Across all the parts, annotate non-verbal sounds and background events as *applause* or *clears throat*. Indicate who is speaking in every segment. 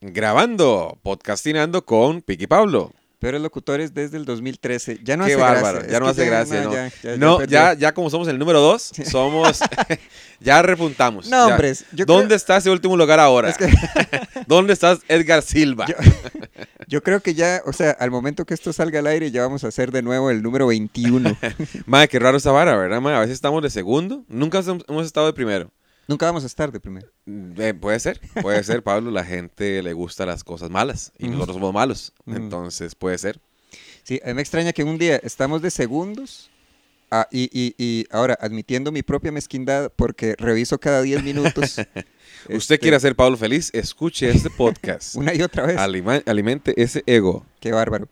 Speaker 1: grabando, podcastinando con Piqui Pablo.
Speaker 2: Pero locutores desde el 2013. Ya no
Speaker 1: Qué
Speaker 2: hace
Speaker 1: bárbaro,
Speaker 2: gracia.
Speaker 1: ya
Speaker 2: Es
Speaker 1: no
Speaker 2: que
Speaker 1: hace gracia,
Speaker 2: no,
Speaker 1: ¿no?
Speaker 2: ya- ya- ya
Speaker 1: no,
Speaker 2: perdí.
Speaker 1: ya, ya como somos el número dos, somos, *laughs* ya repuntamos.
Speaker 2: No,
Speaker 1: ya.
Speaker 2: hombres. yo creo-
Speaker 1: ¿Dónde está ese último lugar ahora?
Speaker 2: *laughs* Es que-
Speaker 1: *laughs*
Speaker 2: *laughs*
Speaker 1: ¿Dónde estás Edgar Silva?
Speaker 2: Yo- Yo creo que ya, o sea, al momento que esto salga al aire, ya vamos a hacer de nuevo el
Speaker 1: *laughs*
Speaker 2: número 21.
Speaker 1: Madre, qué raro esa vara, ¿verdad? Madre? A veces estamos de segundo, nunca hemos hemos estado de primero.
Speaker 2: Nunca vamos a estar de primero.
Speaker 1: Eh, puede ser, puede
Speaker 2: *laughs*
Speaker 1: ser, Pablo. La gente le gusta las cosas malas y
Speaker 2: Mm.
Speaker 1: nosotros somos malos.
Speaker 2: Mm.
Speaker 1: Entonces puede ser.
Speaker 2: Sí, a mí me extraña que un día estamos de segundos ah, y, y- y ahora admitiendo mi propia mezquindad porque reviso cada 10 minutos.
Speaker 1: *laughs* Usted
Speaker 2: este,
Speaker 1: quiere hacer Pablo feliz, escuche
Speaker 2: *laughs*
Speaker 1: este podcast.
Speaker 2: Una y otra vez.
Speaker 1: Alima- alimente ese ego.
Speaker 2: Qué bárbaro.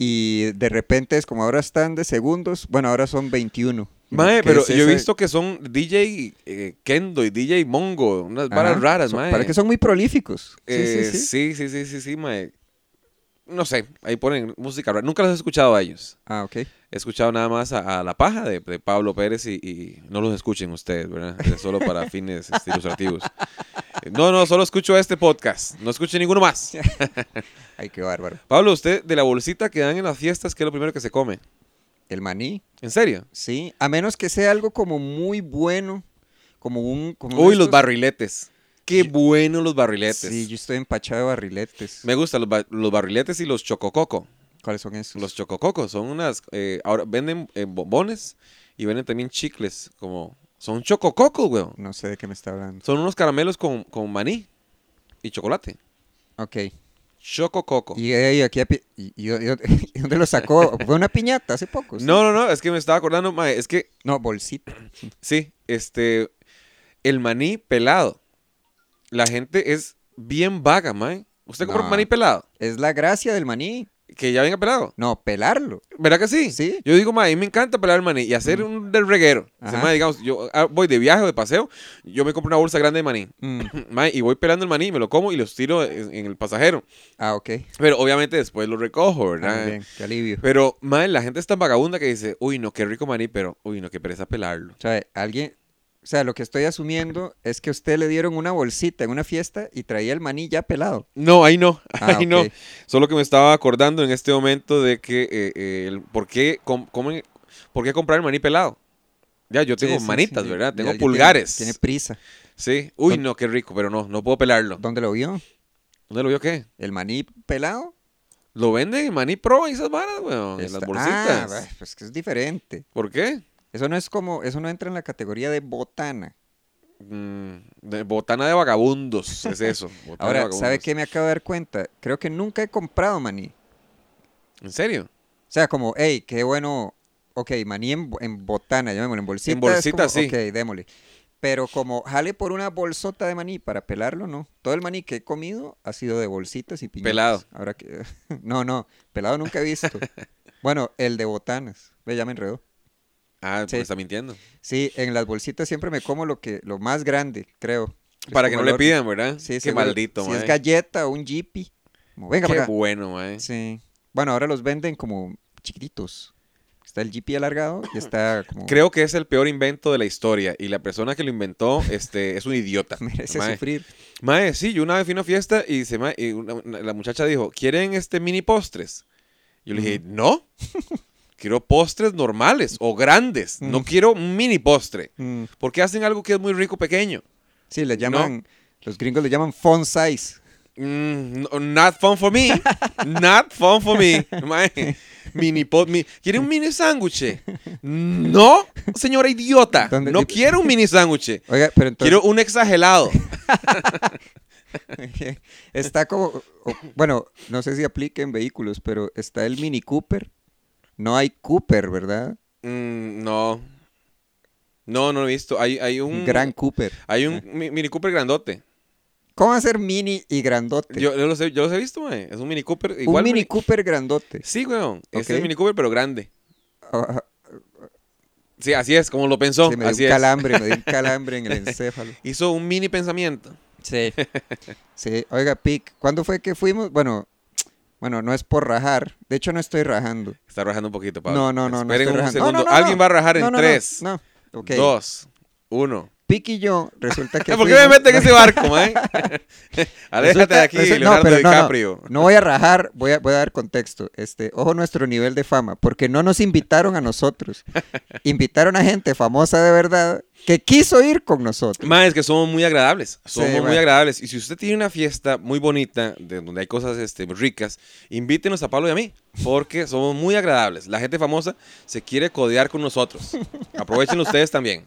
Speaker 2: Y de repente es como ahora están de segundos, bueno, ahora son 21.
Speaker 1: Mae,
Speaker 2: ¿Qué
Speaker 1: pero
Speaker 2: es
Speaker 1: yo he
Speaker 2: esa-
Speaker 1: visto que son DJ eh, Kendo y DJ Mongo, unas
Speaker 2: Ajá,
Speaker 1: varas raras,
Speaker 2: son-
Speaker 1: mae.
Speaker 2: Para que son muy prolíficos. Sí,
Speaker 1: Eh,
Speaker 2: sí,
Speaker 1: sí,
Speaker 2: sí.
Speaker 1: sí, sí, sí, sí, mae. No sé, ahí ponen música rara. Nunca los he escuchado a ellos.
Speaker 2: Ah, ok.
Speaker 1: He escuchado nada más a, a La Paja de, de Pablo Pérez y, y no los escuchen ustedes, ¿verdad? Es solo
Speaker 2: *laughs*
Speaker 1: para fines este, ilustrativos. Eh, No, no, solo escucho este podcast. No escuche ninguno más.
Speaker 2: *laughs* Ay, qué bárbaro.
Speaker 1: Pablo, usted de la bolsita que dan en las fiestas, ¿qué es lo primero que se come?
Speaker 2: El maní,
Speaker 1: ¿En serio?
Speaker 2: sí. A menos que sea algo como muy bueno, como un... Como uno de
Speaker 1: Uy, los
Speaker 2: estos-
Speaker 1: barriletes. Qué bueno los barriletes.
Speaker 2: Sí, yo estoy empachado de barriletes.
Speaker 1: Me gustan los, ba- los barriletes y los chocococo.
Speaker 2: ¿Cuáles son esos?
Speaker 1: Los chocococos son unas... eh, ahora venden eh, bombones y venden también chicles. como Son chocococos, weón.
Speaker 2: No sé de qué me está hablando.
Speaker 1: Son unos caramelos con, con maní y chocolate.
Speaker 2: Ok.
Speaker 1: Chocococo.
Speaker 2: Y, eh, aquí a pi- y- y- *laughs* y- y dónde lo sacó? Fue una piñata hace poco. pues ¿sí?
Speaker 1: No, no, no, es que me estaba acordando, mae, es que
Speaker 2: No, bolsita.
Speaker 1: sí, este, el maní pelado. La gente es bien vaga, mae. Usted compra un
Speaker 2: No.
Speaker 1: maní pelado,
Speaker 2: Es la gracia del maní.
Speaker 1: que ya venga pelado.
Speaker 2: No, pelarlo.
Speaker 1: ¿Verdad que sí?
Speaker 2: Sí. Mm.
Speaker 1: Yo digo, mae, a mí me encanta pelar el maní y hacer un del reguero. O sea,
Speaker 2: Ajá.
Speaker 1: mae, digamos, yo ah, voy de viaje o de paseo, yo me compro una bolsa grande de maní. *clears throat*
Speaker 2: Mm.
Speaker 1: mae, y voy pelando el maní, me lo como y los tiro en, en el pasajero.
Speaker 2: Ah, ok.
Speaker 1: Pero obviamente después lo recojo,
Speaker 2: Ah,
Speaker 1: ¿verdad?
Speaker 2: muy bien, qué alivio.
Speaker 1: Pero, mae, la gente es tan vagabunda que dice, uy, no, qué rico maní, pero, uy, no, qué pereza pelarlo.
Speaker 2: O sea, alguien, o sea, lo que estoy asumiendo es que a usted le dieron una bolsita en una fiesta y traía el maní ya pelado.
Speaker 1: No, ahí no, *laughs*
Speaker 2: Ah,
Speaker 1: ahí no.
Speaker 2: ok.
Speaker 1: Solo que me estaba acordando en este momento de que, eh, eh, el- ¿por, qué com- comen- por qué comprar el maní pelado? Ya, yo tengo
Speaker 2: Sí, sí,
Speaker 1: manitas,
Speaker 2: sí,
Speaker 1: ¿verdad?
Speaker 2: ya-
Speaker 1: Tengo
Speaker 2: ya tiene-
Speaker 1: pulgares.
Speaker 2: Tiene, prisa.
Speaker 1: Sí. Uy,
Speaker 2: ¿Dó-
Speaker 1: no, qué rico, pero no, no puedo pelarlo.
Speaker 2: ¿Dónde lo vio?
Speaker 1: ¿Dónde lo vio qué?
Speaker 2: ¿El maní pelado?
Speaker 1: Lo venden en maní pro y esas varas, weón, en
Speaker 2: Está-
Speaker 1: las
Speaker 2: Ah,
Speaker 1: bolsitas.
Speaker 2: bah, pues que es diferente.
Speaker 1: ¿Por qué?
Speaker 2: Eso no es como, eso no entra en la categoría de botana.
Speaker 1: Mm, de- botana de vagabundos,
Speaker 2: *laughs*
Speaker 1: es eso. botana de
Speaker 2: Ahora, ¿sabe
Speaker 1: vagabundos.
Speaker 2: qué me acabo de dar cuenta? Creo que nunca he comprado maní.
Speaker 1: ¿En serio?
Speaker 2: O sea, como, hey, qué bueno. Ok, maní en, bo- en botana, llamémoslo, en bolsita. es
Speaker 1: bolsita,
Speaker 2: como,
Speaker 1: sí.
Speaker 2: Ok, démosle. Pero como jale por una bolsota de maní para pelarlo, no. Todo el maní que he comido ha sido de bolsitas y piñatas.
Speaker 1: Pelado.
Speaker 2: Ahora que... *laughs* No, no, pelado nunca
Speaker 1: *laughs*
Speaker 2: he visto. bueno, el de botanas. Ve, ya me enredó.
Speaker 1: Ah,
Speaker 2: Sí.
Speaker 1: pues está mintiendo.
Speaker 2: Sí, en las bolsitas siempre me como lo que lo más grande, creo. Es
Speaker 1: Para que
Speaker 2: como
Speaker 1: no le
Speaker 2: el otro.
Speaker 1: pidan, ¿verdad?
Speaker 2: Sí,
Speaker 1: qué
Speaker 2: seguro.
Speaker 1: maldito,
Speaker 2: Si
Speaker 1: mae.
Speaker 2: es galleta o un jippy. Como, venga, para
Speaker 1: Qué
Speaker 2: acá.
Speaker 1: bueno, mae.
Speaker 2: Sí. Bueno, ahora los venden como chiquititos. Está el GP alargado
Speaker 1: *laughs*
Speaker 2: y está como...
Speaker 1: Creo que es el peor invento de la historia y la persona que lo inventó este, es un
Speaker 2: *laughs*
Speaker 1: idiota.
Speaker 2: *laughs* merece
Speaker 1: Mae.
Speaker 2: sufrir.
Speaker 1: Mae, sí, yo una vez fui a una fiesta y, se, ma- y una- una- la muchacha dijo, ¿quieren este mini postres? Yo le dije, no, quiero postres normales o grandes, no
Speaker 2: Mm.
Speaker 1: quiero un mini postre.
Speaker 2: Mm.
Speaker 1: Porque hacen algo que es muy rico pequeño.
Speaker 2: Sí, le llaman... Los gringos le llaman font size.
Speaker 1: Mm, no- not fun for
Speaker 2: *laughs*
Speaker 1: me. Not fun for me. Mae, mini po- mi- ¿Quiere
Speaker 2: *laughs*
Speaker 1: un mini sándwich? No, señora idiota.
Speaker 2: ¿Dónde-
Speaker 1: No quiero un mini sándwich.
Speaker 2: Oiga, pero entonces...
Speaker 1: Quiero un exagelado.
Speaker 2: *laughs* está como... o- bueno, no sé si aplica en vehículos, pero está el Mini Cooper. No hay Cooper, ¿verdad?
Speaker 1: Mm, no. No, no lo he visto. Hay, hay un.
Speaker 2: Un gran Cooper.
Speaker 1: Hay un mi- Mini Cooper grandote.
Speaker 2: ¿Cómo hacer mini y grandote?
Speaker 1: Yo, yo los, he, yo los he visto, mae. Es un Mini Cooper. Igual
Speaker 2: un Mini
Speaker 1: mini-
Speaker 2: Cooper grandote.
Speaker 1: Sí, weón. Es el
Speaker 2: Ok.
Speaker 1: Mini Cooper, pero grande.
Speaker 2: Ah,
Speaker 1: Sí, así es, como lo pensó.
Speaker 2: se me dio
Speaker 1: así
Speaker 2: un
Speaker 1: es.
Speaker 2: calambre, me
Speaker 1: *laughs*
Speaker 2: dio un calambre en el encéfalo.
Speaker 1: Hizo un mini pensamiento.
Speaker 2: Sí. *laughs* Sí, oiga, Pic, ¿cuándo fue que fuimos? Bueno, bueno, no es por rajar. De hecho, no estoy rajando.
Speaker 1: Está rajando un poquito, Pablo.
Speaker 2: No, no, no, no
Speaker 1: Esperen
Speaker 2: estoy
Speaker 1: un
Speaker 2: rajando. No,
Speaker 1: segundo.
Speaker 2: no, no,
Speaker 1: Alguien
Speaker 2: no.
Speaker 1: va a rajar
Speaker 2: No,
Speaker 1: en
Speaker 2: no, no,
Speaker 1: 3,
Speaker 2: No, ok.
Speaker 1: 2, 1.
Speaker 2: Piqui y yo, resulta
Speaker 1: *laughs*
Speaker 2: que.
Speaker 1: ¿Por qué me
Speaker 2: fuimos-
Speaker 1: meten en
Speaker 2: *laughs*
Speaker 1: ese barco, man? *laughs* Aléjate
Speaker 2: Resulta-
Speaker 1: de aquí,
Speaker 2: resu- no,
Speaker 1: Leonardo
Speaker 2: pero no, no.
Speaker 1: DiCaprio.
Speaker 2: No, voy a rajar, voy a, voy a dar contexto. Este, ojo nuestro nivel de fama, porque no nos invitaron
Speaker 1: *laughs*
Speaker 2: a nosotros. invitaron a gente famosa de verdad que quiso ir con nosotros.
Speaker 1: Ma, es que somos muy agradables. Somos muy
Speaker 2: ma.
Speaker 1: agradables. Y si usted tiene una fiesta muy bonita, de donde hay cosas este, ricas, invítenos a Pablo y a mí, porque somos muy agradables. La gente famosa se quiere codear con
Speaker 2: *laughs*
Speaker 1: nosotros. Aprovechen ustedes también.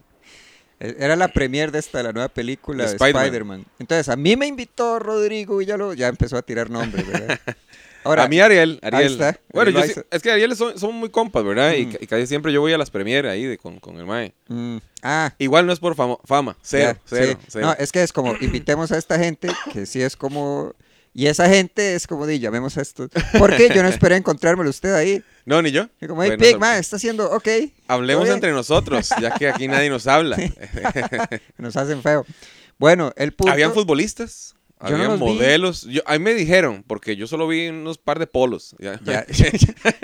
Speaker 2: Eh, Era la premier de esta, la nueva película de
Speaker 1: De Spider-Man.
Speaker 2: Spider-Man. Entonces, a mí me invitó Rodrigo Villalobos, ya empezó a tirar nombres, ¿verdad?
Speaker 1: *laughs* a mí Ariel, Ariel.
Speaker 2: está,
Speaker 1: Bueno,
Speaker 2: Ariel
Speaker 1: yo
Speaker 2: Loaiza.
Speaker 1: sí- es que Ariel son- somos muy compas, ¿verdad? Y,
Speaker 2: Mm.
Speaker 1: ca- y casi siempre yo voy a las premieres ahí de, con, con el Mae.
Speaker 2: Mm, ah,
Speaker 1: Igual no es por famo- fama, cero,
Speaker 2: Ya,
Speaker 1: cero,
Speaker 2: sí.
Speaker 1: cero.
Speaker 2: No, es que es como, invitemos a esta gente, que sí es como... Y esa gente es como, di, llamemos a esto. ¿Por qué? Yo no esperé encontrármelo usted ahí.
Speaker 1: No, ni yo.
Speaker 2: Y como, hey,
Speaker 1: Bueno, Ah.
Speaker 2: Pig,
Speaker 1: sor-
Speaker 2: ma, está haciendo, ok.
Speaker 1: Hablemos
Speaker 2: todo bien".
Speaker 1: entre nosotros, ya que aquí nadie nos
Speaker 2: *laughs*
Speaker 1: habla.
Speaker 2: Nos hacen feo. Bueno, el punto...
Speaker 1: Habían futbolistas,
Speaker 2: Yo no
Speaker 1: habían
Speaker 2: los vi.
Speaker 1: modelos. Yo, a mí me dijeron, porque yo solo vi unos par de polos. ya. *laughs*
Speaker 2: Ya.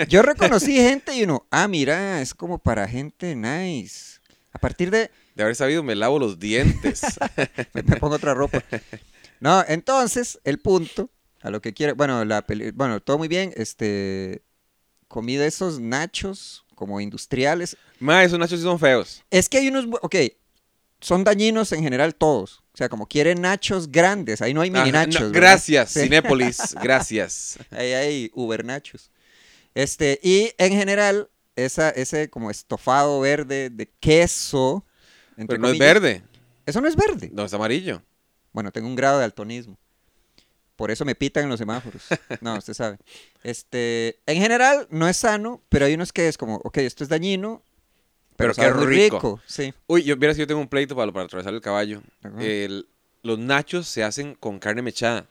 Speaker 2: *laughs* Yo reconocí gente y uno, ah, mira, es como para gente nice. A partir de...
Speaker 1: de haber sabido, me lavo los
Speaker 2: *laughs*
Speaker 1: dientes.
Speaker 2: me, me pongo
Speaker 1: *laughs*
Speaker 2: otra ropa. No, entonces, el punto, a lo que quiere, bueno, la peli- bueno, todo muy bien, este, comí de esos nachos como industriales.
Speaker 1: Ma, esos nachos sí son feos.
Speaker 2: Es que hay unos, bu- ok, son dañinos en general todos, o sea, como quieren nachos grandes, ahí no hay mini
Speaker 1: Ajá,
Speaker 2: nachos.
Speaker 1: no,
Speaker 2: ¿verdad?
Speaker 1: gracias, em-
Speaker 2: Sí.
Speaker 1: Cinépolis, gracias.
Speaker 2: Ahí hay uber nachos. Este, y en general, esa, ese como estofado verde de queso. *laughs* entre
Speaker 1: Pero no es
Speaker 2: comillas.
Speaker 1: verde,
Speaker 2: Eso no es verde.
Speaker 1: no es amarillo.
Speaker 2: Bueno, tengo un grado de altonismo. Por eso me pitan en los semáforos. No, usted sabe. Este, en general, no es sano, pero hay unos que es como, ok, esto es dañino,
Speaker 1: Pero
Speaker 2: pero,
Speaker 1: qué
Speaker 2: sabe muy
Speaker 1: rico. *laughs*
Speaker 2: Sí.
Speaker 1: Uy, yo, vieras que yo tengo un pleito para, para atravesar el caballo.
Speaker 2: Ajá.
Speaker 1: El- los nachos se hacen con carne mechada.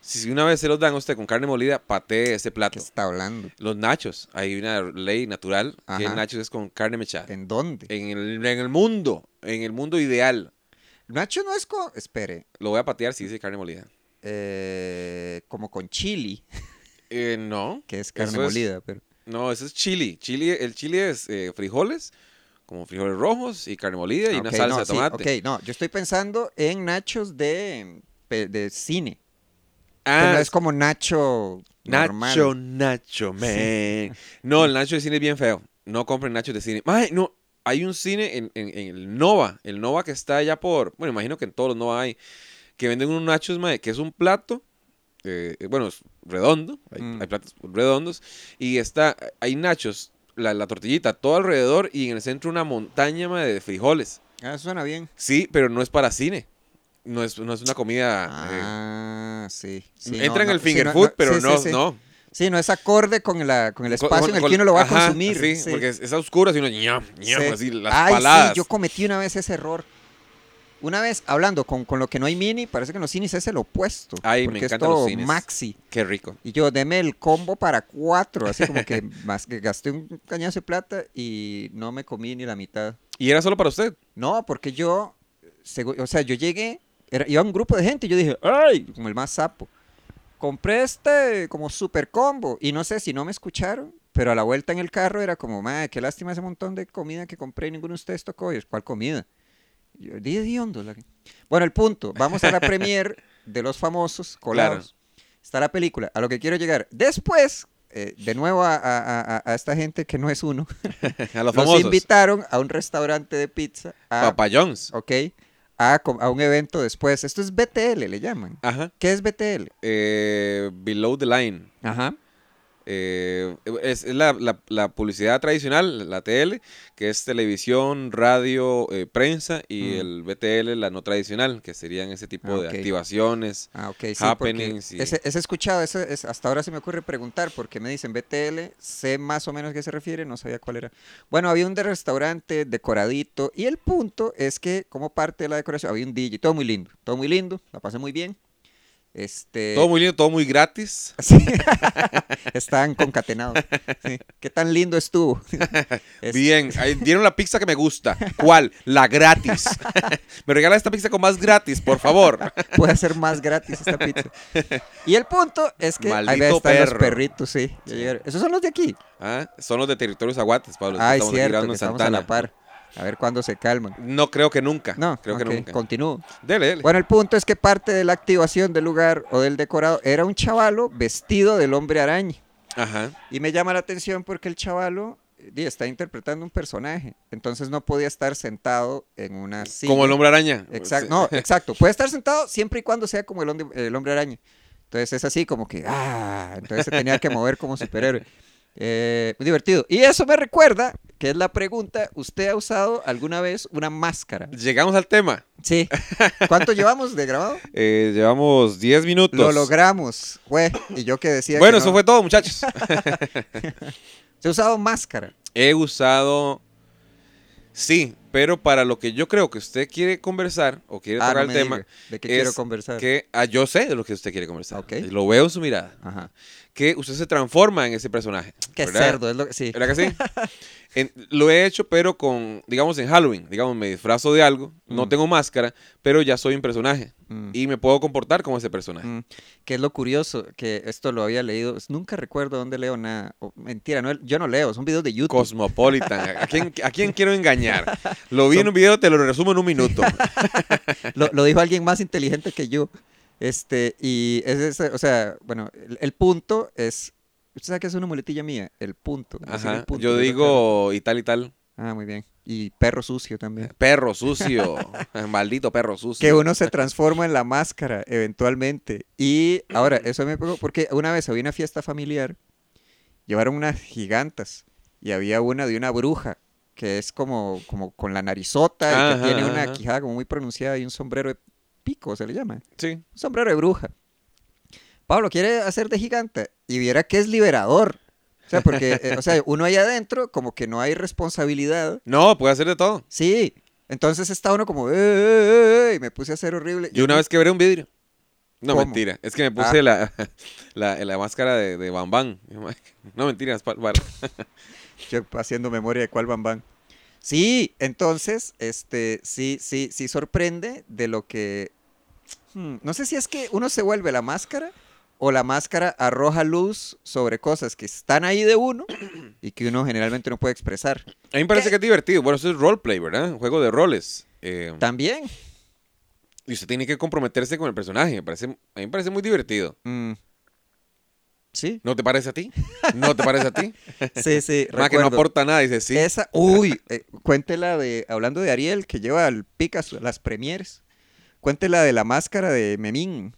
Speaker 1: Si una vez se los dan a usted con carne molida, patee ese
Speaker 2: ¿Qué
Speaker 1: plato.
Speaker 2: está hablando?
Speaker 1: Los nachos, hay una ley natural que
Speaker 2: Ajá.
Speaker 1: el nachos es con carne mechada.
Speaker 2: ¿En dónde?
Speaker 1: En el, en el mundo, en el mundo ideal.
Speaker 2: Nacho no es como, espere,
Speaker 1: Lo voy a patear si dice carne molida.
Speaker 2: eh, como con chili,
Speaker 1: Eh, no,
Speaker 2: que es carne
Speaker 1: Eso es-
Speaker 2: molida, pero...
Speaker 1: no, ese es chili. chili el chili es eh, frijoles, como frijoles rojos y carne molida y
Speaker 2: Ah,
Speaker 1: una
Speaker 2: ok,
Speaker 1: salsa
Speaker 2: no,
Speaker 1: de
Speaker 2: sí,
Speaker 1: tomate.
Speaker 2: ok, no, yo estoy pensando en nachos de, pe- de cine. que
Speaker 1: Ah,
Speaker 2: no es como nacho
Speaker 1: Nacho,
Speaker 2: normal.
Speaker 1: Nacho, man. No, el Nacho de cine es bien feo. No compren Nachos de cine. Mae, no. Hay un cine en, en- en el Nova. El Nova que está allá por. Bueno, imagino que en todos los Nova hay. Que venden unos nachos, mae, que es un plato. eh, bueno, es redondo. Hay,
Speaker 2: Mm.
Speaker 1: hay platos redondos. Y está. Hay nachos. La, la tortillita todo alrededor. Y en el centro una montaña, mae, de frijoles.
Speaker 2: Ah, suena bien.
Speaker 1: Sí, pero no es para cine. No es, no es una comida. eh,
Speaker 2: Ah, sí. sí, no,
Speaker 1: entra en
Speaker 2: no,
Speaker 1: el
Speaker 2: sí,
Speaker 1: finger
Speaker 2: no,
Speaker 1: food,
Speaker 2: no,
Speaker 1: pero
Speaker 2: sí, sí,
Speaker 1: no,
Speaker 2: sí.
Speaker 1: no.
Speaker 2: Sí, no es acorde con, la, con el espacio
Speaker 1: Con-
Speaker 2: en el
Speaker 1: con-
Speaker 2: que uno lo va a
Speaker 1: ajá,
Speaker 2: consumir.
Speaker 1: Sí,
Speaker 2: sí.
Speaker 1: porque es, es a oscuras y uno ñam, ñam,
Speaker 2: Sí.
Speaker 1: así las
Speaker 2: Ay,
Speaker 1: paladas.
Speaker 2: sí, yo cometí una vez ese error. Una vez hablando con, con lo que no hay mini, parece que en los cines es el opuesto.
Speaker 1: Ay, me
Speaker 2: porque es
Speaker 1: encantan los
Speaker 2: todo
Speaker 1: cines.
Speaker 2: maxi.
Speaker 1: Qué rico.
Speaker 2: Y yo, deme el combo para cuatro, así como que *laughs* más que gasté un cañazo de plata y no me comí ni la mitad.
Speaker 1: Y era solo para
Speaker 2: *laughs*
Speaker 1: usted.
Speaker 2: No, porque yo, segu- o sea, yo llegué, era, iba un grupo de gente y yo dije, ¡ay! Como el más sapo. Compré este como super combo y no sé si no me escucharon, pero a la vuelta en el carro era como, madre, qué lástima ese montón de comida que compré y ninguno de ustedes tocó. Y yo, ¿cuál comida? Y Yo, di de hondo. la que-". Bueno, el punto, vamos a la premier de los famosos colados. Está la película, a lo que quiero llegar. Después, eh, de nuevo a- a- a- a esta gente que no es uno.
Speaker 1: A los
Speaker 2: Nos
Speaker 1: famosos.
Speaker 2: invitaron a un restaurante de pizza, a,
Speaker 1: Papa John's.
Speaker 2: ok, a, com- a un evento después. Esto es BTL, le llaman.
Speaker 1: Ajá.
Speaker 2: ¿Qué es BTL?
Speaker 1: Eh, below the Line.
Speaker 2: Ajá.
Speaker 1: Eh, es es la, la- la publicidad tradicional, la TL, que es televisión, radio, eh, prensa y
Speaker 2: Mm.
Speaker 1: el BTL, la no tradicional, que serían ese tipo
Speaker 2: Ah,
Speaker 1: de
Speaker 2: ok.
Speaker 1: activaciones.
Speaker 2: Ah, ok, sí, porque
Speaker 1: Happenings y-
Speaker 2: ese, ese escuchado, ese, es- hasta ahora se me ocurre preguntar porque me dicen BTL, sé más o menos a qué se refiere, no sabía cuál era. Bueno, había un de restaurante decoradito y el punto es que como parte de la decoración había un DJ, todo muy lindo, todo muy lindo, la pasé muy bien. Este, *laughs*
Speaker 1: Todo muy lindo, todo muy gratis.
Speaker 2: Sí. Estaban concatenados. Sí. Qué tan lindo estuvo. *laughs* Este, Es-
Speaker 1: Bien, ahí dieron la pizza que me gusta. ¿Cuál? La gratis. *laughs* me regala esta pizza con más gratis, por favor. *laughs*
Speaker 2: Puede ser más gratis esta pizza. Y el punto es que ahí
Speaker 1: Maldito
Speaker 2: están los
Speaker 1: perro.
Speaker 2: perritos, sí. ya llegaron. Esos son los de aquí.
Speaker 1: Ah, son los de territorios aguates, Pablo.
Speaker 2: Ay,
Speaker 1: estamos aquí
Speaker 2: cierto,
Speaker 1: grabando en
Speaker 2: que estamos a
Speaker 1: Santana.
Speaker 2: la par. A ver cuándo se calman.
Speaker 1: No creo que nunca.
Speaker 2: No,
Speaker 1: creo
Speaker 2: ok,
Speaker 1: que nunca.
Speaker 2: Continúo.
Speaker 1: Dele, dele.
Speaker 2: Bueno, el punto es que parte de la activación del lugar o del decorado era un chavalo vestido del hombre araña.
Speaker 1: Ajá.
Speaker 2: Y me llama la atención porque el chavalo eh, di, está interpretando un personaje. Entonces no podía estar sentado en una silla.
Speaker 1: Como el hombre araña.
Speaker 2: Exacto,
Speaker 1: Pues Sí.
Speaker 2: no,
Speaker 1: *laughs*
Speaker 2: exacto. Puede estar sentado siempre y cuando sea como el, hombre- el hombre araña. Entonces es así como que, ah, entonces se tenía que mover como superhéroe. Eh, muy divertido. Y eso me recuerda que es la pregunta, ¿usted ha usado alguna vez una máscara?
Speaker 1: Llegamos al tema.
Speaker 2: Sí. ¿Cuánto llevamos de grabado?
Speaker 1: Eh, llevamos 10 minutos.
Speaker 2: Lo logramos, güey. Y yo que decía... que
Speaker 1: bueno,
Speaker 2: no.
Speaker 1: eso fue todo, muchachos. *laughs*
Speaker 2: Se ha usado máscara.
Speaker 1: He usado. Sí, pero para lo que yo creo que usted quiere conversar o quiere
Speaker 2: Ah,
Speaker 1: tocar
Speaker 2: no
Speaker 1: el
Speaker 2: me
Speaker 1: tema,
Speaker 2: diga. ¿De qué
Speaker 1: es
Speaker 2: quiero conversar?
Speaker 1: que ah, yo sé de lo que usted quiere conversar.
Speaker 2: Ok.
Speaker 1: Lo veo en su mirada.
Speaker 2: Ajá.
Speaker 1: Que usted se transforma en ese personaje.
Speaker 2: Qué
Speaker 1: ¿verdad?
Speaker 2: cerdo, es lo que... Sí.
Speaker 1: ¿Verdad que
Speaker 2: *laughs*
Speaker 1: sí? En- lo he hecho, pero con, digamos, en Halloween. Digamos, me disfrazo de algo, no
Speaker 2: Mm.
Speaker 1: tengo máscara, pero ya soy un personaje.
Speaker 2: Mm.
Speaker 1: Y me puedo comportar como ese personaje.
Speaker 2: Mm, que es lo curioso, que esto lo había leído, es- nunca recuerdo dónde leo nada, o- mentira, no, yo no leo, son videos de YouTube.
Speaker 1: Cosmopolitan. ¿A quién, a quién quiero engañar? Lo vi en un video, te lo resumo en un
Speaker 2: *laughs*
Speaker 1: minuto.
Speaker 2: *laughs* lo, lo dijo alguien más inteligente que yo. Este, y es ese, o sea, bueno, el, el punto es, usted sabe que es una muletilla mía, el punto. decir el
Speaker 1: Ajá.
Speaker 2: punto,
Speaker 1: Yo
Speaker 2: es lo que-
Speaker 1: digo y tal y tal.
Speaker 2: Ah, muy bien. Y perro sucio también.
Speaker 1: Perro sucio. *laughs* Maldito perro sucio.
Speaker 2: Que uno se transforma en la máscara eventualmente. Y ahora, eso me pegó, porque una vez había una fiesta familiar, llevaron unas gigantas y había una de una bruja, que es como, como con la narizota y
Speaker 1: Ajá,
Speaker 2: que tiene una
Speaker 1: ajá.
Speaker 2: quijada como muy pronunciada y un sombrero de pico, se le llama.
Speaker 1: Sí.
Speaker 2: Un sombrero de bruja. Pablo quiere hacer de giganta y viera que es liberador. O sea, porque eh,
Speaker 1: *laughs*
Speaker 2: o sea, uno ahí adentro como que no hay responsabilidad.
Speaker 1: No, puede hacer de todo.
Speaker 2: Sí. Entonces está uno como, "Eh, eh, eh", y me puse a hacer horrible.
Speaker 1: Yo una vez quebré un vidrio. No,
Speaker 2: ¿Cómo?
Speaker 1: mentira. Es que me puse
Speaker 2: Ah.
Speaker 1: la, *laughs* la, la máscara de, de Bam Bam. No, mentira. es pa- para-
Speaker 2: Yo haciendo memoria de cuál van van. Sí, entonces, este, sí, sí, sí sorprende de lo que. Hmm, no sé si es que uno se vuelve la máscara o la máscara arroja luz sobre cosas que están ahí de uno y que uno generalmente no puede expresar.
Speaker 1: A mí me parece
Speaker 2: ¿Qué?
Speaker 1: que es divertido. Bueno, eso es roleplay, ¿verdad? Un juego de roles. Eh,
Speaker 2: También.
Speaker 1: y usted tiene que comprometerse con el personaje. Me parece, a mí me parece muy divertido.
Speaker 2: mm,
Speaker 1: *laughs*
Speaker 2: Sí,
Speaker 1: ¿No te parece a ti? ¿No te parece a
Speaker 2: *laughs*
Speaker 1: ti?
Speaker 2: sí, sí.
Speaker 1: Más que no
Speaker 2: recuerdo.
Speaker 1: aporta nada. Dice, sí.
Speaker 2: Esa, uy, eh, cuéntela de, hablando de Ariel, que lleva al Picasso, las premiers, cuéntela de la máscara de Memín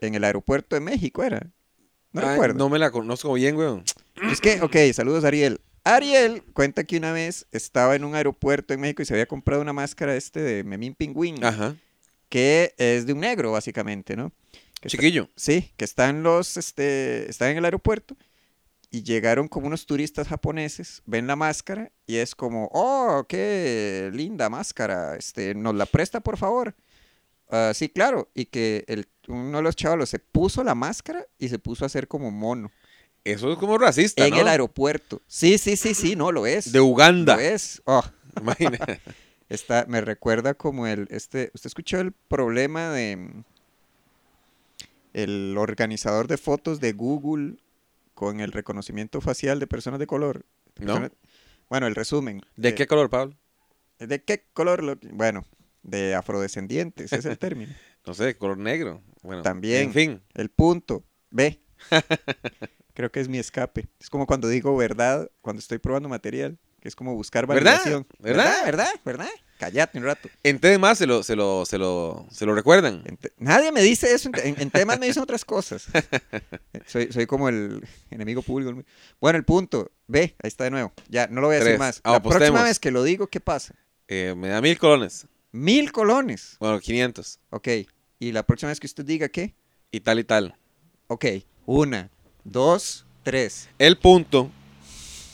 Speaker 2: en el aeropuerto de México, ¿era? No
Speaker 1: Ay,
Speaker 2: recuerdo.
Speaker 1: no me la conozco bien, weón.
Speaker 2: Es que, ok, saludos Ariel. Ariel cuenta que una vez estaba en un aeropuerto en México y se había comprado una máscara este de Memín Pingüín,
Speaker 1: Ajá.
Speaker 2: que es de un negro, básicamente, ¿no? Que está-
Speaker 1: Chiquillo.
Speaker 2: Sí, que están los, este, están en el aeropuerto y llegaron como unos turistas japoneses, ven la máscara y es como, oh, qué linda máscara, este, nos la presta por favor. "Ah, sí, claro, y que el, uno de los chavalos se puso la máscara y se puso a hacer como mono
Speaker 1: Eso es como racista,
Speaker 2: en
Speaker 1: ¿no?
Speaker 2: el aeropuerto. Sí, sí, sí, sí, no lo es.
Speaker 1: De Uganda.
Speaker 2: Lo es. Oh,
Speaker 1: *laughs*
Speaker 2: *laughs*
Speaker 1: Imagina.
Speaker 2: Está, me recuerda como el, este, ¿usted escuchó el problema de mm, el organizador de fotos de Google con el reconocimiento facial de personas de color? De
Speaker 1: ¿No?
Speaker 2: personas- Bueno, el resumen.
Speaker 1: ¿De
Speaker 2: Eh,
Speaker 1: qué color, Pablo?
Speaker 2: ¿De qué color? lo- bueno, de afrodescendientes es el término. *laughs*
Speaker 1: No sé, de color negro. Bueno,
Speaker 2: También.
Speaker 1: En fin.
Speaker 2: El punto. B.
Speaker 1: *laughs*
Speaker 2: Creo que es mi escape. Es como cuando digo verdad, cuando estoy probando material, que es como buscar
Speaker 1: ¿Verdad?
Speaker 2: validación.
Speaker 1: ¿Verdad?
Speaker 2: ¿Verdad? ¿Verdad? ¿Verdad? Cállate un rato.
Speaker 1: En T más se lo, se lo, se lo, se lo recuerdan.
Speaker 2: En te- Nadie me dice eso. en te- En, en temas me dicen
Speaker 1: *laughs*
Speaker 2: otras cosas. Soy, soy como el enemigo público. Bueno, el punto. Ve, ahí está de nuevo. Ya, no lo voy a
Speaker 1: Tres.
Speaker 2: decir más.
Speaker 1: Ah,
Speaker 2: La
Speaker 1: apostemos.
Speaker 2: próxima vez que lo digo, ¿qué pasa?
Speaker 1: Eh, me da mil colones.
Speaker 2: Mil colones.
Speaker 1: Bueno, 500.
Speaker 2: Ok. Y la próxima vez que usted diga, ¿qué?
Speaker 1: Y tal y tal.
Speaker 2: Ok. Una, dos, tres.
Speaker 1: El punto.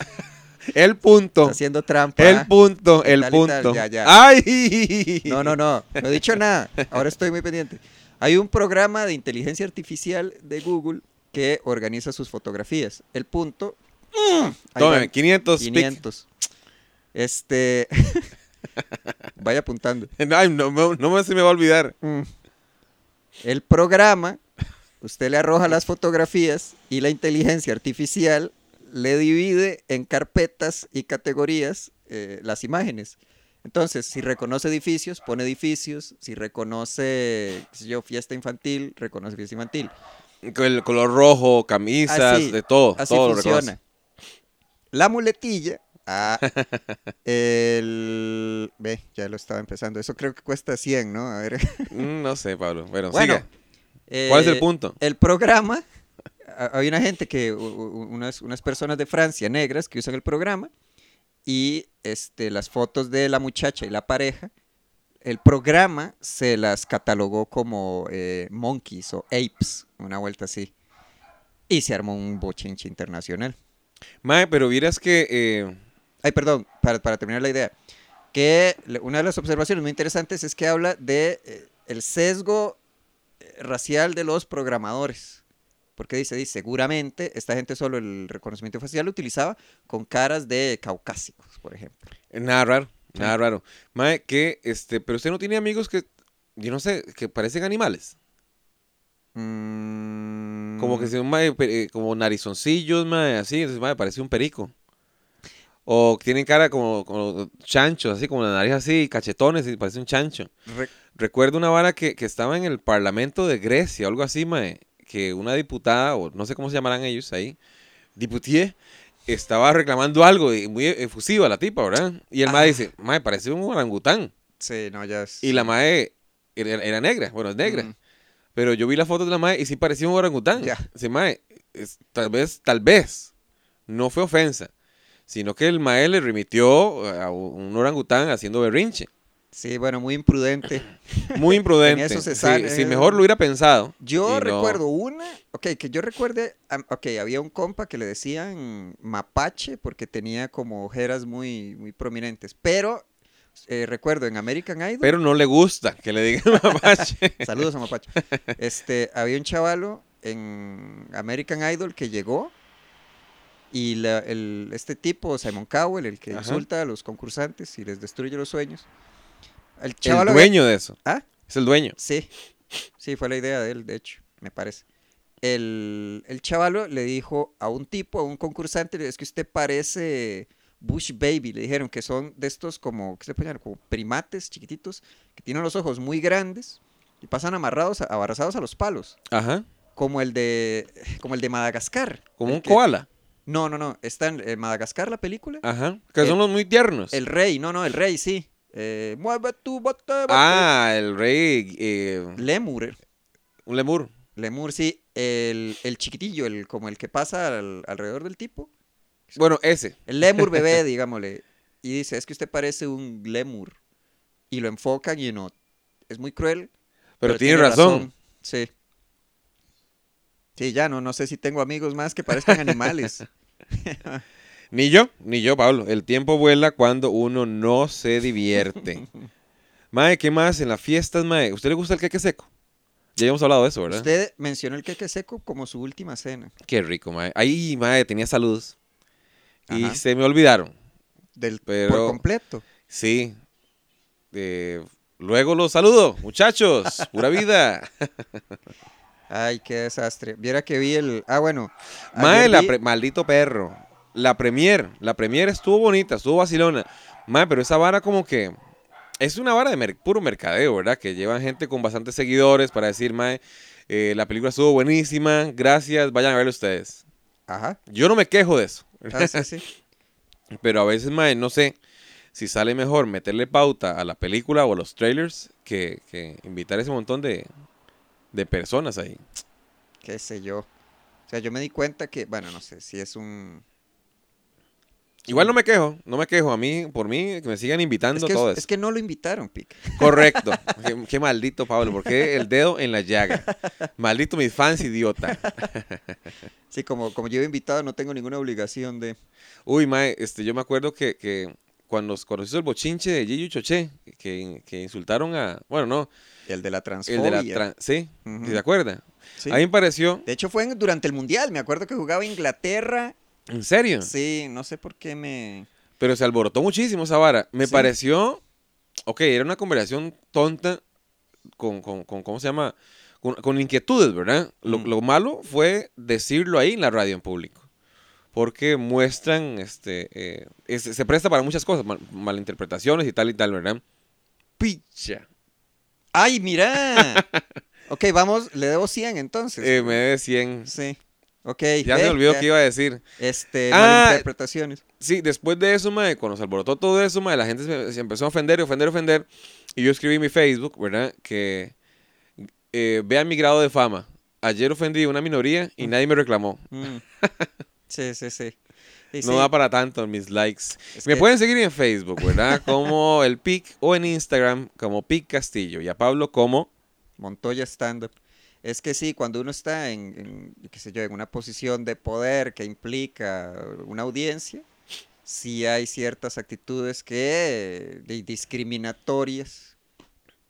Speaker 1: *laughs* El punto.
Speaker 2: Está haciendo trampa.
Speaker 1: El punto. El
Speaker 2: tal y tal,
Speaker 1: punto.
Speaker 2: ya, ya.
Speaker 1: ¡Ay! *laughs*
Speaker 2: No, no, no. No he dicho nada. Ahora estoy muy pendiente. Hay un programa de inteligencia artificial de Google que organiza sus fotografías. El punto. Mm, ahí van.
Speaker 1: Tome, 500. pic.
Speaker 2: 500. Este. *laughs* Vaya apuntando.
Speaker 1: *laughs* Ay, no, no, no me- se me va a olvidar.
Speaker 2: Mm. El programa, usted le arroja las fotografías y la inteligencia artificial le divide en carpetas y categorías eh, las imágenes. Entonces, si reconoce edificios, pone edificios. Si reconoce, qué sé yo, fiesta infantil, reconoce fiesta infantil.
Speaker 1: Con El color rojo, camisas,
Speaker 2: Así-
Speaker 1: de todo.
Speaker 2: Así
Speaker 1: todo lo
Speaker 2: funciona. La muletilla.
Speaker 1: *laughs*
Speaker 2: Ah, el. Ve, ya lo estaba empezando. Eso creo que cuesta 100, ¿no? A ver.
Speaker 1: reconoce. Mm, No sé, Pablo. Bueno,
Speaker 2: Bueno,
Speaker 1: siga. ¿Cuál es el
Speaker 2: eh,
Speaker 1: punto?
Speaker 2: El programa, a- hay una gente que, u- u- unas, unas personas de Francia negras que usan el programa y este, las fotos de la muchacha y la pareja, el programa se las catalogó como eh, monkeys o apes, una vuelta así. Y se armó un bochinche internacional.
Speaker 1: Mae, pero vieras que. eh,
Speaker 2: Ay, perdón, para, para terminar la idea. Que le- una de las observaciones muy interesantes es que habla de eh, el sesgo eh, racial de los programadores. Porque dice, dice, seguramente esta gente solo el reconocimiento facial lo utilizaba con caras de caucásicos, por ejemplo.
Speaker 1: nada raro. Nada raro. Mae, que. este Pero usted no tiene amigos que. Yo no sé, que parecen animales. Como que
Speaker 2: sí.
Speaker 1: se mae, pe- eh, como narizoncillos, mae, así, entonces, mae, parece un perico. O que tienen cara como, como chanchos, así como la nariz así, cachetones, y parece un chancho. Recuerdo una vara que, que estaba en el Parlamento de Grecia, algo así, mae, que una diputada, o no sé cómo se llamarán ellos ahí, diputié, estaba reclamando algo, y muy efusiva la tipa, ¿verdad? Y el
Speaker 2: Ah.
Speaker 1: mae dice, mae, parece un orangután.
Speaker 2: sí, no, ya es-
Speaker 1: Y la mae era, era negra, bueno, es negra.
Speaker 2: Mm.
Speaker 1: Pero yo vi la foto de la mae y sí parecía un orangután.
Speaker 2: Ya.
Speaker 1: Ese mae, es- tal vez, tal vez, no fue ofensa, sino que el mae le remitió a un orangután haciendo berrinche.
Speaker 2: Sí, bueno, muy imprudente. *laughs*
Speaker 1: Muy imprudente.
Speaker 2: eso se
Speaker 1: Sí,
Speaker 2: sale,
Speaker 1: sí,
Speaker 2: en
Speaker 1: mejor
Speaker 2: eso-
Speaker 1: lo hubiera pensado. y
Speaker 2: Yo
Speaker 1: no-
Speaker 2: recuerdo una, ok, que yo recuerde, am- ok, había un compa que le decían mapache porque tenía como ojeras muy, muy prominentes, pero eh, recuerdo en American Idol,
Speaker 1: Pero *laughs* no le gusta que le digan
Speaker 2: *laughs*
Speaker 1: mapache.
Speaker 2: saludos a mapache, este, había un chavalo en American Idol que llegó y la- el- este tipo, Simon Cowell, el que
Speaker 1: Ajá.
Speaker 2: insulta a los concursantes y les destruye los sueños, el
Speaker 1: el
Speaker 2: chavalo... había-
Speaker 1: dueño de eso.
Speaker 2: ¿Ah?
Speaker 1: Es el dueño.
Speaker 2: Sí, sí, fue la idea de él, de hecho, me parece. El, el chavalo le dijo a un tipo, a un concursante, le dijo, es que usted parece Bush Baby, le dijeron que son de estos como, ¿qué se pueden llamar? Como primates chiquititos, que tienen los ojos muy grandes y pasan amarrados, a- abrazados a los palos,
Speaker 1: Ajá.
Speaker 2: como el de, como el de Madagascar.
Speaker 1: Como
Speaker 2: el
Speaker 1: un
Speaker 2: que-
Speaker 1: koala. Ah,
Speaker 2: No, no, no, está en en Madagascar la película.
Speaker 1: Ajá. Que
Speaker 2: El-
Speaker 1: son los muy tiernos.
Speaker 2: El rey, no, no, el rey, sí. Eh, mueve tu bote, bote.
Speaker 1: ah, el rey. eh,
Speaker 2: Lemur,
Speaker 1: un lemur.
Speaker 2: Lemur, sí, el, el chiquitillo, el, como el que pasa al- alrededor del tipo.
Speaker 1: Bueno, ese.
Speaker 2: El
Speaker 1: *laughs*
Speaker 2: lemur bebé, digámosle. Y dice, es que usted parece un lemur. Y lo enfocan y no. Es muy cruel.
Speaker 1: Pero, tiene, razón.
Speaker 2: Sí. Sí, ya no, no sé si tengo amigos más que parezcan animales.
Speaker 1: Ni yo, ni yo, Pablo. El tiempo vuela cuando uno no se divierte.
Speaker 2: *laughs*
Speaker 1: mae, ¿qué más? En las fiestas, mae. ¿Usted le gusta el queque seco? Ya habíamos hablado de eso, *laughs* ¿verdad?
Speaker 2: Usted mencionó el queque seco como su última cena.
Speaker 1: Qué rico, mae. Ahí, mae, tenía saludos. Y
Speaker 2: Ajá.
Speaker 1: se me olvidaron.
Speaker 2: Del, Por
Speaker 1: Pero-
Speaker 2: completo.
Speaker 1: Sí. Eh, luego los saludo, muchachos. Pura
Speaker 2: *laughs*
Speaker 1: vida.
Speaker 2: Ay, qué desastre. Viera que vi el... Ah, bueno. ayer
Speaker 1: Mae, la
Speaker 2: vi-
Speaker 1: pre- maldito perro. La premier, la premier estuvo bonita, estuvo vacilona. Mae, pero esa vara como que es una vara de mer- puro mercadeo, ¿verdad? Que llevan gente con bastantes seguidores para decir, mae, eh, la película estuvo buenísima, gracias, vayan a verla ustedes.
Speaker 2: Ajá.
Speaker 1: Yo no me quejo de eso,
Speaker 2: Ah, sí, sí.
Speaker 1: *laughs* pero a veces, mae, no sé si sale mejor meterle pauta a la película o a los trailers que, que invitar ese montón de, de personas ahí.
Speaker 2: qué sé yo. O sea, yo me di cuenta que, bueno, no sé, si es un...
Speaker 1: Igual no me quejo, no me quejo. A mí, por mí, que me sigan invitando
Speaker 2: Es que,
Speaker 1: todo
Speaker 2: es-
Speaker 1: eso.
Speaker 2: es que no lo invitaron, Pic.
Speaker 1: Correcto. qué, qué maldito, Pablo. ¿Por qué el dedo en la llaga? Maldito mis fans, idiota.
Speaker 2: Sí, como, como yo he invitado, no tengo ninguna obligación de...
Speaker 1: Uy, mae, este, yo me acuerdo que, que cuando, cuando se hizo el bochinche de Gillo Choché, que, que insultaron a... Bueno, no,
Speaker 2: El de la
Speaker 1: el
Speaker 2: transfobia.
Speaker 1: de la... tran- Sí,
Speaker 2: Ujú.
Speaker 1: ¿sí ¿se acuerda?
Speaker 2: Sí.
Speaker 1: A mí me pareció...
Speaker 2: De hecho, fue en- durante el Mundial. Me acuerdo que jugaba Inglaterra.
Speaker 1: ¿En serio?
Speaker 2: Sí, no sé por qué me...
Speaker 1: Pero se alborotó muchísimo esa vara. Me
Speaker 2: Sí.
Speaker 1: pareció... Ok, era una conversación tonta con, con, con- ¿cómo se llama? Con, con inquietudes, ¿verdad? Lo,
Speaker 2: Mm.
Speaker 1: lo malo fue decirlo ahí en la radio en público. porque muestran, este, eh, es- se presta para muchas cosas, mal- malinterpretaciones y tal y tal, ¿verdad? Picha. *laughs*
Speaker 2: ¡Ay, mira! ok, vamos, le debo 100 entonces.
Speaker 1: Eh, me debe 100.
Speaker 2: sí. Ok.
Speaker 1: Ya
Speaker 2: ve,
Speaker 1: se me olvidó
Speaker 2: ya.
Speaker 1: que iba a decir.
Speaker 2: Este,
Speaker 1: Ah.
Speaker 2: malinterpretaciones.
Speaker 1: Sí, después de eso, mae, cuando se alborotó todo eso, mae, la gente se, se empezó a ofender y ofender y ofender. Y yo escribí en mi Facebook, ¿verdad? Que eh, vean mi grado de fama. Ayer ofendí a una minoría y nadie me reclamó. *laughs*
Speaker 2: Mm. Sí, sí, sí. Y
Speaker 1: No
Speaker 2: sí,
Speaker 1: da para tanto mis likes.
Speaker 2: es
Speaker 1: Me
Speaker 2: que-
Speaker 1: pueden seguir en Facebook, ¿verdad? *laughs* Como el PIC o en Instagram como PIC Castillo. Y a Pablo como...
Speaker 2: Montoya stand-up. Es que sí, cuando uno está en, en, qué sé yo, en una posición de poder que implica una audiencia, sí hay ciertas actitudes que di- discriminatorias,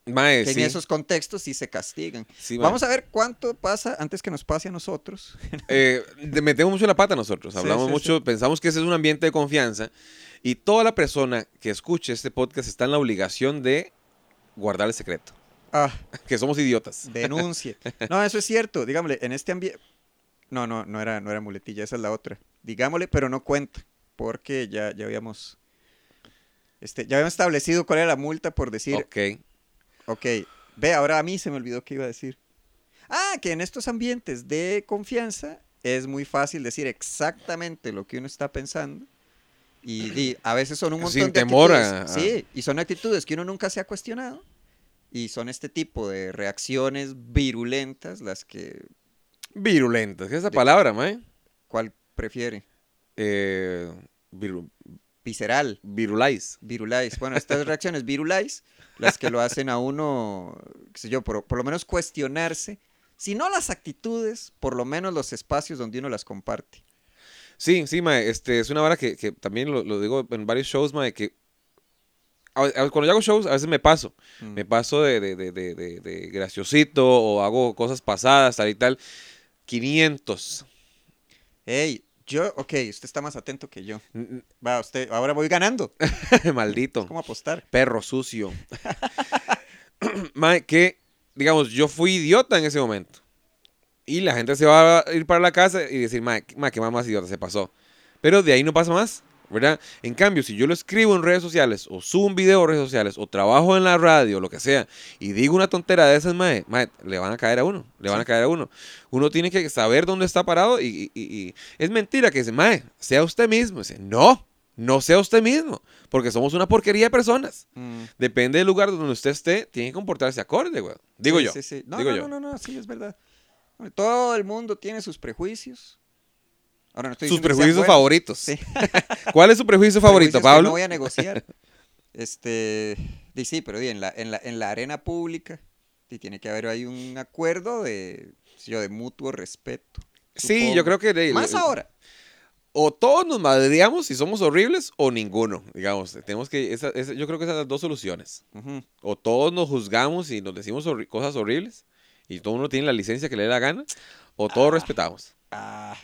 Speaker 1: Mae,
Speaker 2: que
Speaker 1: Eh, sí.
Speaker 2: en esos contextos sí se castigan.
Speaker 1: sí, mae.
Speaker 2: Vamos a ver cuánto pasa antes que nos pase a nosotros.
Speaker 1: Eh, de- metemos mucho la pata nosotros,
Speaker 2: Sí,
Speaker 1: hablamos
Speaker 2: sí,
Speaker 1: mucho, pensamos que ese es un ambiente de confianza y toda la persona que escuche este podcast está en la obligación de guardar el secreto, *laughs*
Speaker 2: Ah,
Speaker 1: que somos idiotas.
Speaker 2: *laughs* denuncie. No, eso es cierto. Digámosle, en este ambiente... No, no, no era, no era muletilla, esa es la otra. Digámosle, pero no cuenta, porque ya, ya habíamos... Este, ya habíamos establecido cuál era la multa por decir,
Speaker 1: ok.
Speaker 2: Ok, ve, ahora a mí se me olvidó que iba a decir. Ah, que en estos ambientes de confianza es muy fácil decir exactamente lo que uno está pensando. Y, y a veces son un montón
Speaker 1: Sin
Speaker 2: de
Speaker 1: temor a-
Speaker 2: actitudes. Sí, y son actitudes que uno nunca se ha cuestionado. Y son este tipo de reacciones virulentas las que
Speaker 1: Virulentas, ¿qué es esa palabra, mae?
Speaker 2: cual prefiere.
Speaker 1: Eh, viru-
Speaker 2: Visceral,
Speaker 1: virulais.
Speaker 2: viruláis. Bueno, estas reacciones viruláis, las que lo hacen a uno, qué sé yo, por, por lo menos cuestionarse, si no las actitudes, por lo menos los espacios donde uno las comparte.
Speaker 1: Sí, sí, mae, este, es una vara que, que también lo, lo digo en varios shows, mae, que a- a- cuando yo hago shows a veces me paso.
Speaker 2: Mm.
Speaker 1: Me paso de, de- de- de- de- de graciosito o hago cosas pasadas, tal y tal. 500.
Speaker 2: Ey, yo, ok, usted está más atento que yo.
Speaker 1: N- n-
Speaker 2: Va, usted, ahora voy ganando.
Speaker 1: *laughs*
Speaker 2: Es
Speaker 1: Maldito.
Speaker 2: como apostar.
Speaker 1: Perro sucio. Mae, que, digamos, yo fui idiota en ese momento. Y la gente se va a ir para la casa y decir, mae, qué- mae, qué más idiota se pasó. Pero de ahí no pasa más, ¿verdad? En cambio, si yo lo escribo en redes sociales, o subo un video en redes sociales, o trabajo en la radio, lo que sea, y digo una tontera de esas, mae, mae, le van a caer a uno, le van a caer a uno. Uno tiene que saber dónde está parado y, y- y- y- es mentira que dice, mae, sea usted mismo. Dice, no, no sea usted mismo, porque somos una porquería de personas.
Speaker 2: Mm.
Speaker 1: Depende del lugar donde usted esté, tiene que comportarse acorde, güey. Digo
Speaker 2: Sí,
Speaker 1: yo.
Speaker 2: sí, sí. No,
Speaker 1: digo
Speaker 2: no,
Speaker 1: yo.
Speaker 2: no, no, no, sí, es verdad. Hombre, Todo el mundo tiene sus prejuicios. Ahora no estoy
Speaker 1: Sus
Speaker 2: diciendo que
Speaker 1: prejuicios
Speaker 2: sean buenos.
Speaker 1: favoritos.
Speaker 2: Sí.
Speaker 1: *laughs* ¿Cuál es su prejuicio favorito,
Speaker 2: prejuicios que
Speaker 1: Pablo?
Speaker 2: No voy a negociar. *laughs* Este, di, sí, pero di, en, la, en, la, en la arena pública di, tiene que haber ahí un acuerdo de, qué sé yo, de mutuo respeto.
Speaker 1: Sí,
Speaker 2: supongo.
Speaker 1: yo creo que. de-
Speaker 2: Más
Speaker 1: de-
Speaker 2: ahora.
Speaker 1: O todos nos madreamos y somos horribles, o ninguno. Digamos, tenemos que. esa- esa- yo creo que esas son las dos soluciones.
Speaker 2: Ujú.
Speaker 1: O todos nos juzgamos y nos decimos horri- cosas horribles y todo uno tiene la licencia que le dé la gana, o todos respetamos.
Speaker 2: Ah,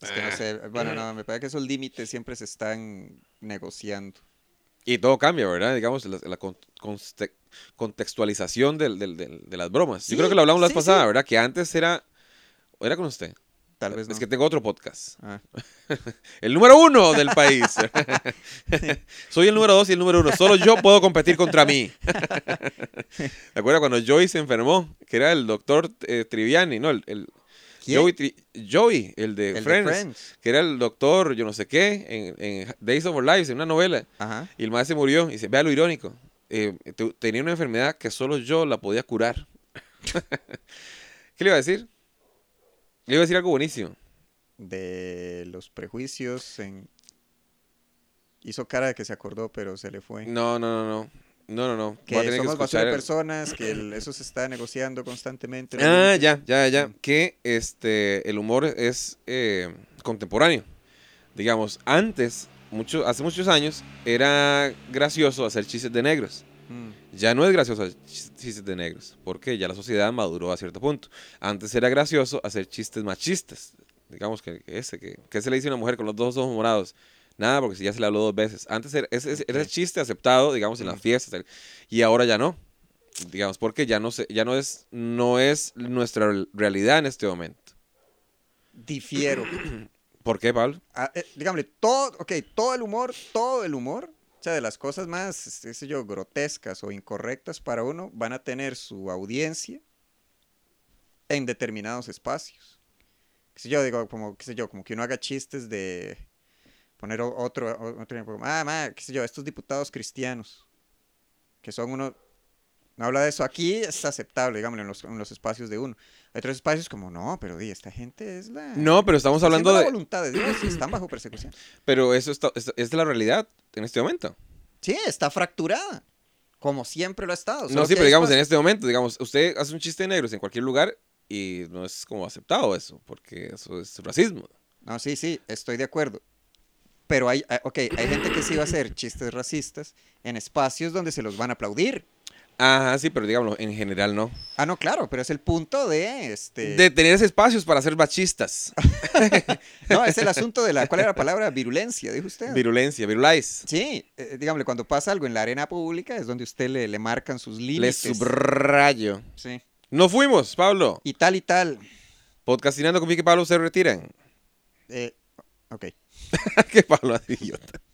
Speaker 2: es que no sé.
Speaker 1: Eh.
Speaker 2: Bueno, no, me parece que esos límites siempre se están negociando.
Speaker 1: Y todo cambia, ¿verdad? Digamos, la, la con- conste- contextualización del- del- del- de las bromas.
Speaker 2: Sí,
Speaker 1: yo creo que lo hablamos la vez
Speaker 2: sí,
Speaker 1: pasada,
Speaker 2: sí.
Speaker 1: ¿verdad? Que antes era. ¿o ¿Era con usted?
Speaker 2: Tal vez no.
Speaker 1: Es que tengo otro podcast.
Speaker 2: Ah.
Speaker 1: El número uno del país. *laughs* Soy el número dos y el número uno. Solo yo puedo competir contra mí. *laughs* ¿Te acuerdas cuando Joey se enfermó? Que era el doctor eh, Triviani, ¿no? El, el-
Speaker 2: ¿Quién?
Speaker 1: Joey, Tri- Joey, el de
Speaker 2: El de
Speaker 1: Friends.
Speaker 2: Friends.
Speaker 1: Que era el doctor, yo no sé qué, en, en Days of Our Lives, en una novela.
Speaker 2: Ajá.
Speaker 1: Y el maestro se murió. Y dice, vea lo irónico. eh, tu- tenía una enfermedad que solo yo la podía curar. *laughs* ¿Qué le iba a decir? Le iba a decir algo buenísimo.
Speaker 2: De los prejuicios en... Hizo cara de que se acordó, pero se le fue.
Speaker 1: No, no, no, no. No, no, no.
Speaker 2: que
Speaker 1: Voy a tener
Speaker 2: somos basura
Speaker 1: escuchar
Speaker 2: de
Speaker 1: el-
Speaker 2: personas, que el- eso se está negociando constantemente. los
Speaker 1: Ah,
Speaker 2: límites.
Speaker 1: ya, ya, ya.
Speaker 2: Mm.
Speaker 1: Que este, el humor es eh, contemporáneo. Digamos, antes, mucho, hace muchos años, era gracioso hacer chistes de negros.
Speaker 2: Mm.
Speaker 1: Ya no es gracioso hacer chis- chistes de negros, porque ya la sociedad maduró a cierto punto. Antes era gracioso hacer chistes machistas. Digamos que que ese, que, que se le dice a una mujer con los dos ojos morados. Nada, porque si ya se le habló dos veces. Antes era ese, ese- era
Speaker 2: Ok.
Speaker 1: el chiste aceptado, digamos, en las
Speaker 2: Ujú.
Speaker 1: fiestas. tal, Y ahora ya no. Digamos, porque ya no se, ya no es, no es nuestra realidad en este momento.
Speaker 2: Difiero.
Speaker 1: ¿Por qué, Pablo?
Speaker 2: Ah, eh, dígame, todo, ok, todo el humor, todo el humor, o sea, de las cosas más, este, qué sé yo, grotescas o incorrectas para uno, van a tener su audiencia en determinados espacios. Qué sé yo, digo, como, qué sé yo, como que uno haga chistes de poner o- otro, o- otro ejemplo, como, ah, ma, qué sé yo, estos diputados cristianos, que son uno, no habla de eso, aquí es aceptable, digámoslo, en los, en los espacios de uno. Hay otros espacios como, no, pero di, esta gente Ah. Pues es la...
Speaker 1: No, pero estamos
Speaker 2: está haciendo
Speaker 1: hablando
Speaker 2: la
Speaker 1: de...
Speaker 2: voluntad de Dios y están bajo persecución.
Speaker 1: Pero eso está, es, es la realidad en este momento.
Speaker 2: Sí, está fracturada. Como siempre lo ha estado.
Speaker 1: No, sí, pero digamos, en este momento, digamos, usted hace un chiste de negros en cualquier lugar y no es como aceptado eso, porque eso es racismo.
Speaker 2: No, sí, sí, estoy de acuerdo. Pero hay, ah, ok, hay gente que sí va a hacer chistes racistas en espacios donde se los van a aplaudir.
Speaker 1: Ajá, sí, pero digamos, en general no.
Speaker 2: Ah, no, claro, pero es el punto de este.
Speaker 1: De tener esos espacios para ser machistas.
Speaker 2: No, es el asunto de la. ¿Cuál era la palabra? Virulencia, dijo usted.
Speaker 1: Virulencia, virulais.
Speaker 2: sí, eh, dígame, cuando pasa algo en la arena pública es donde usted le, le marcan sus
Speaker 1: Le
Speaker 2: límites.
Speaker 1: subrayo.
Speaker 2: sí.
Speaker 1: No fuimos, Pablo.
Speaker 2: Y tal y tal.
Speaker 1: *laughs* Podcastinando con Vicky Pablo se retiran.
Speaker 2: Eh, ok.
Speaker 1: que Pablo es idiota.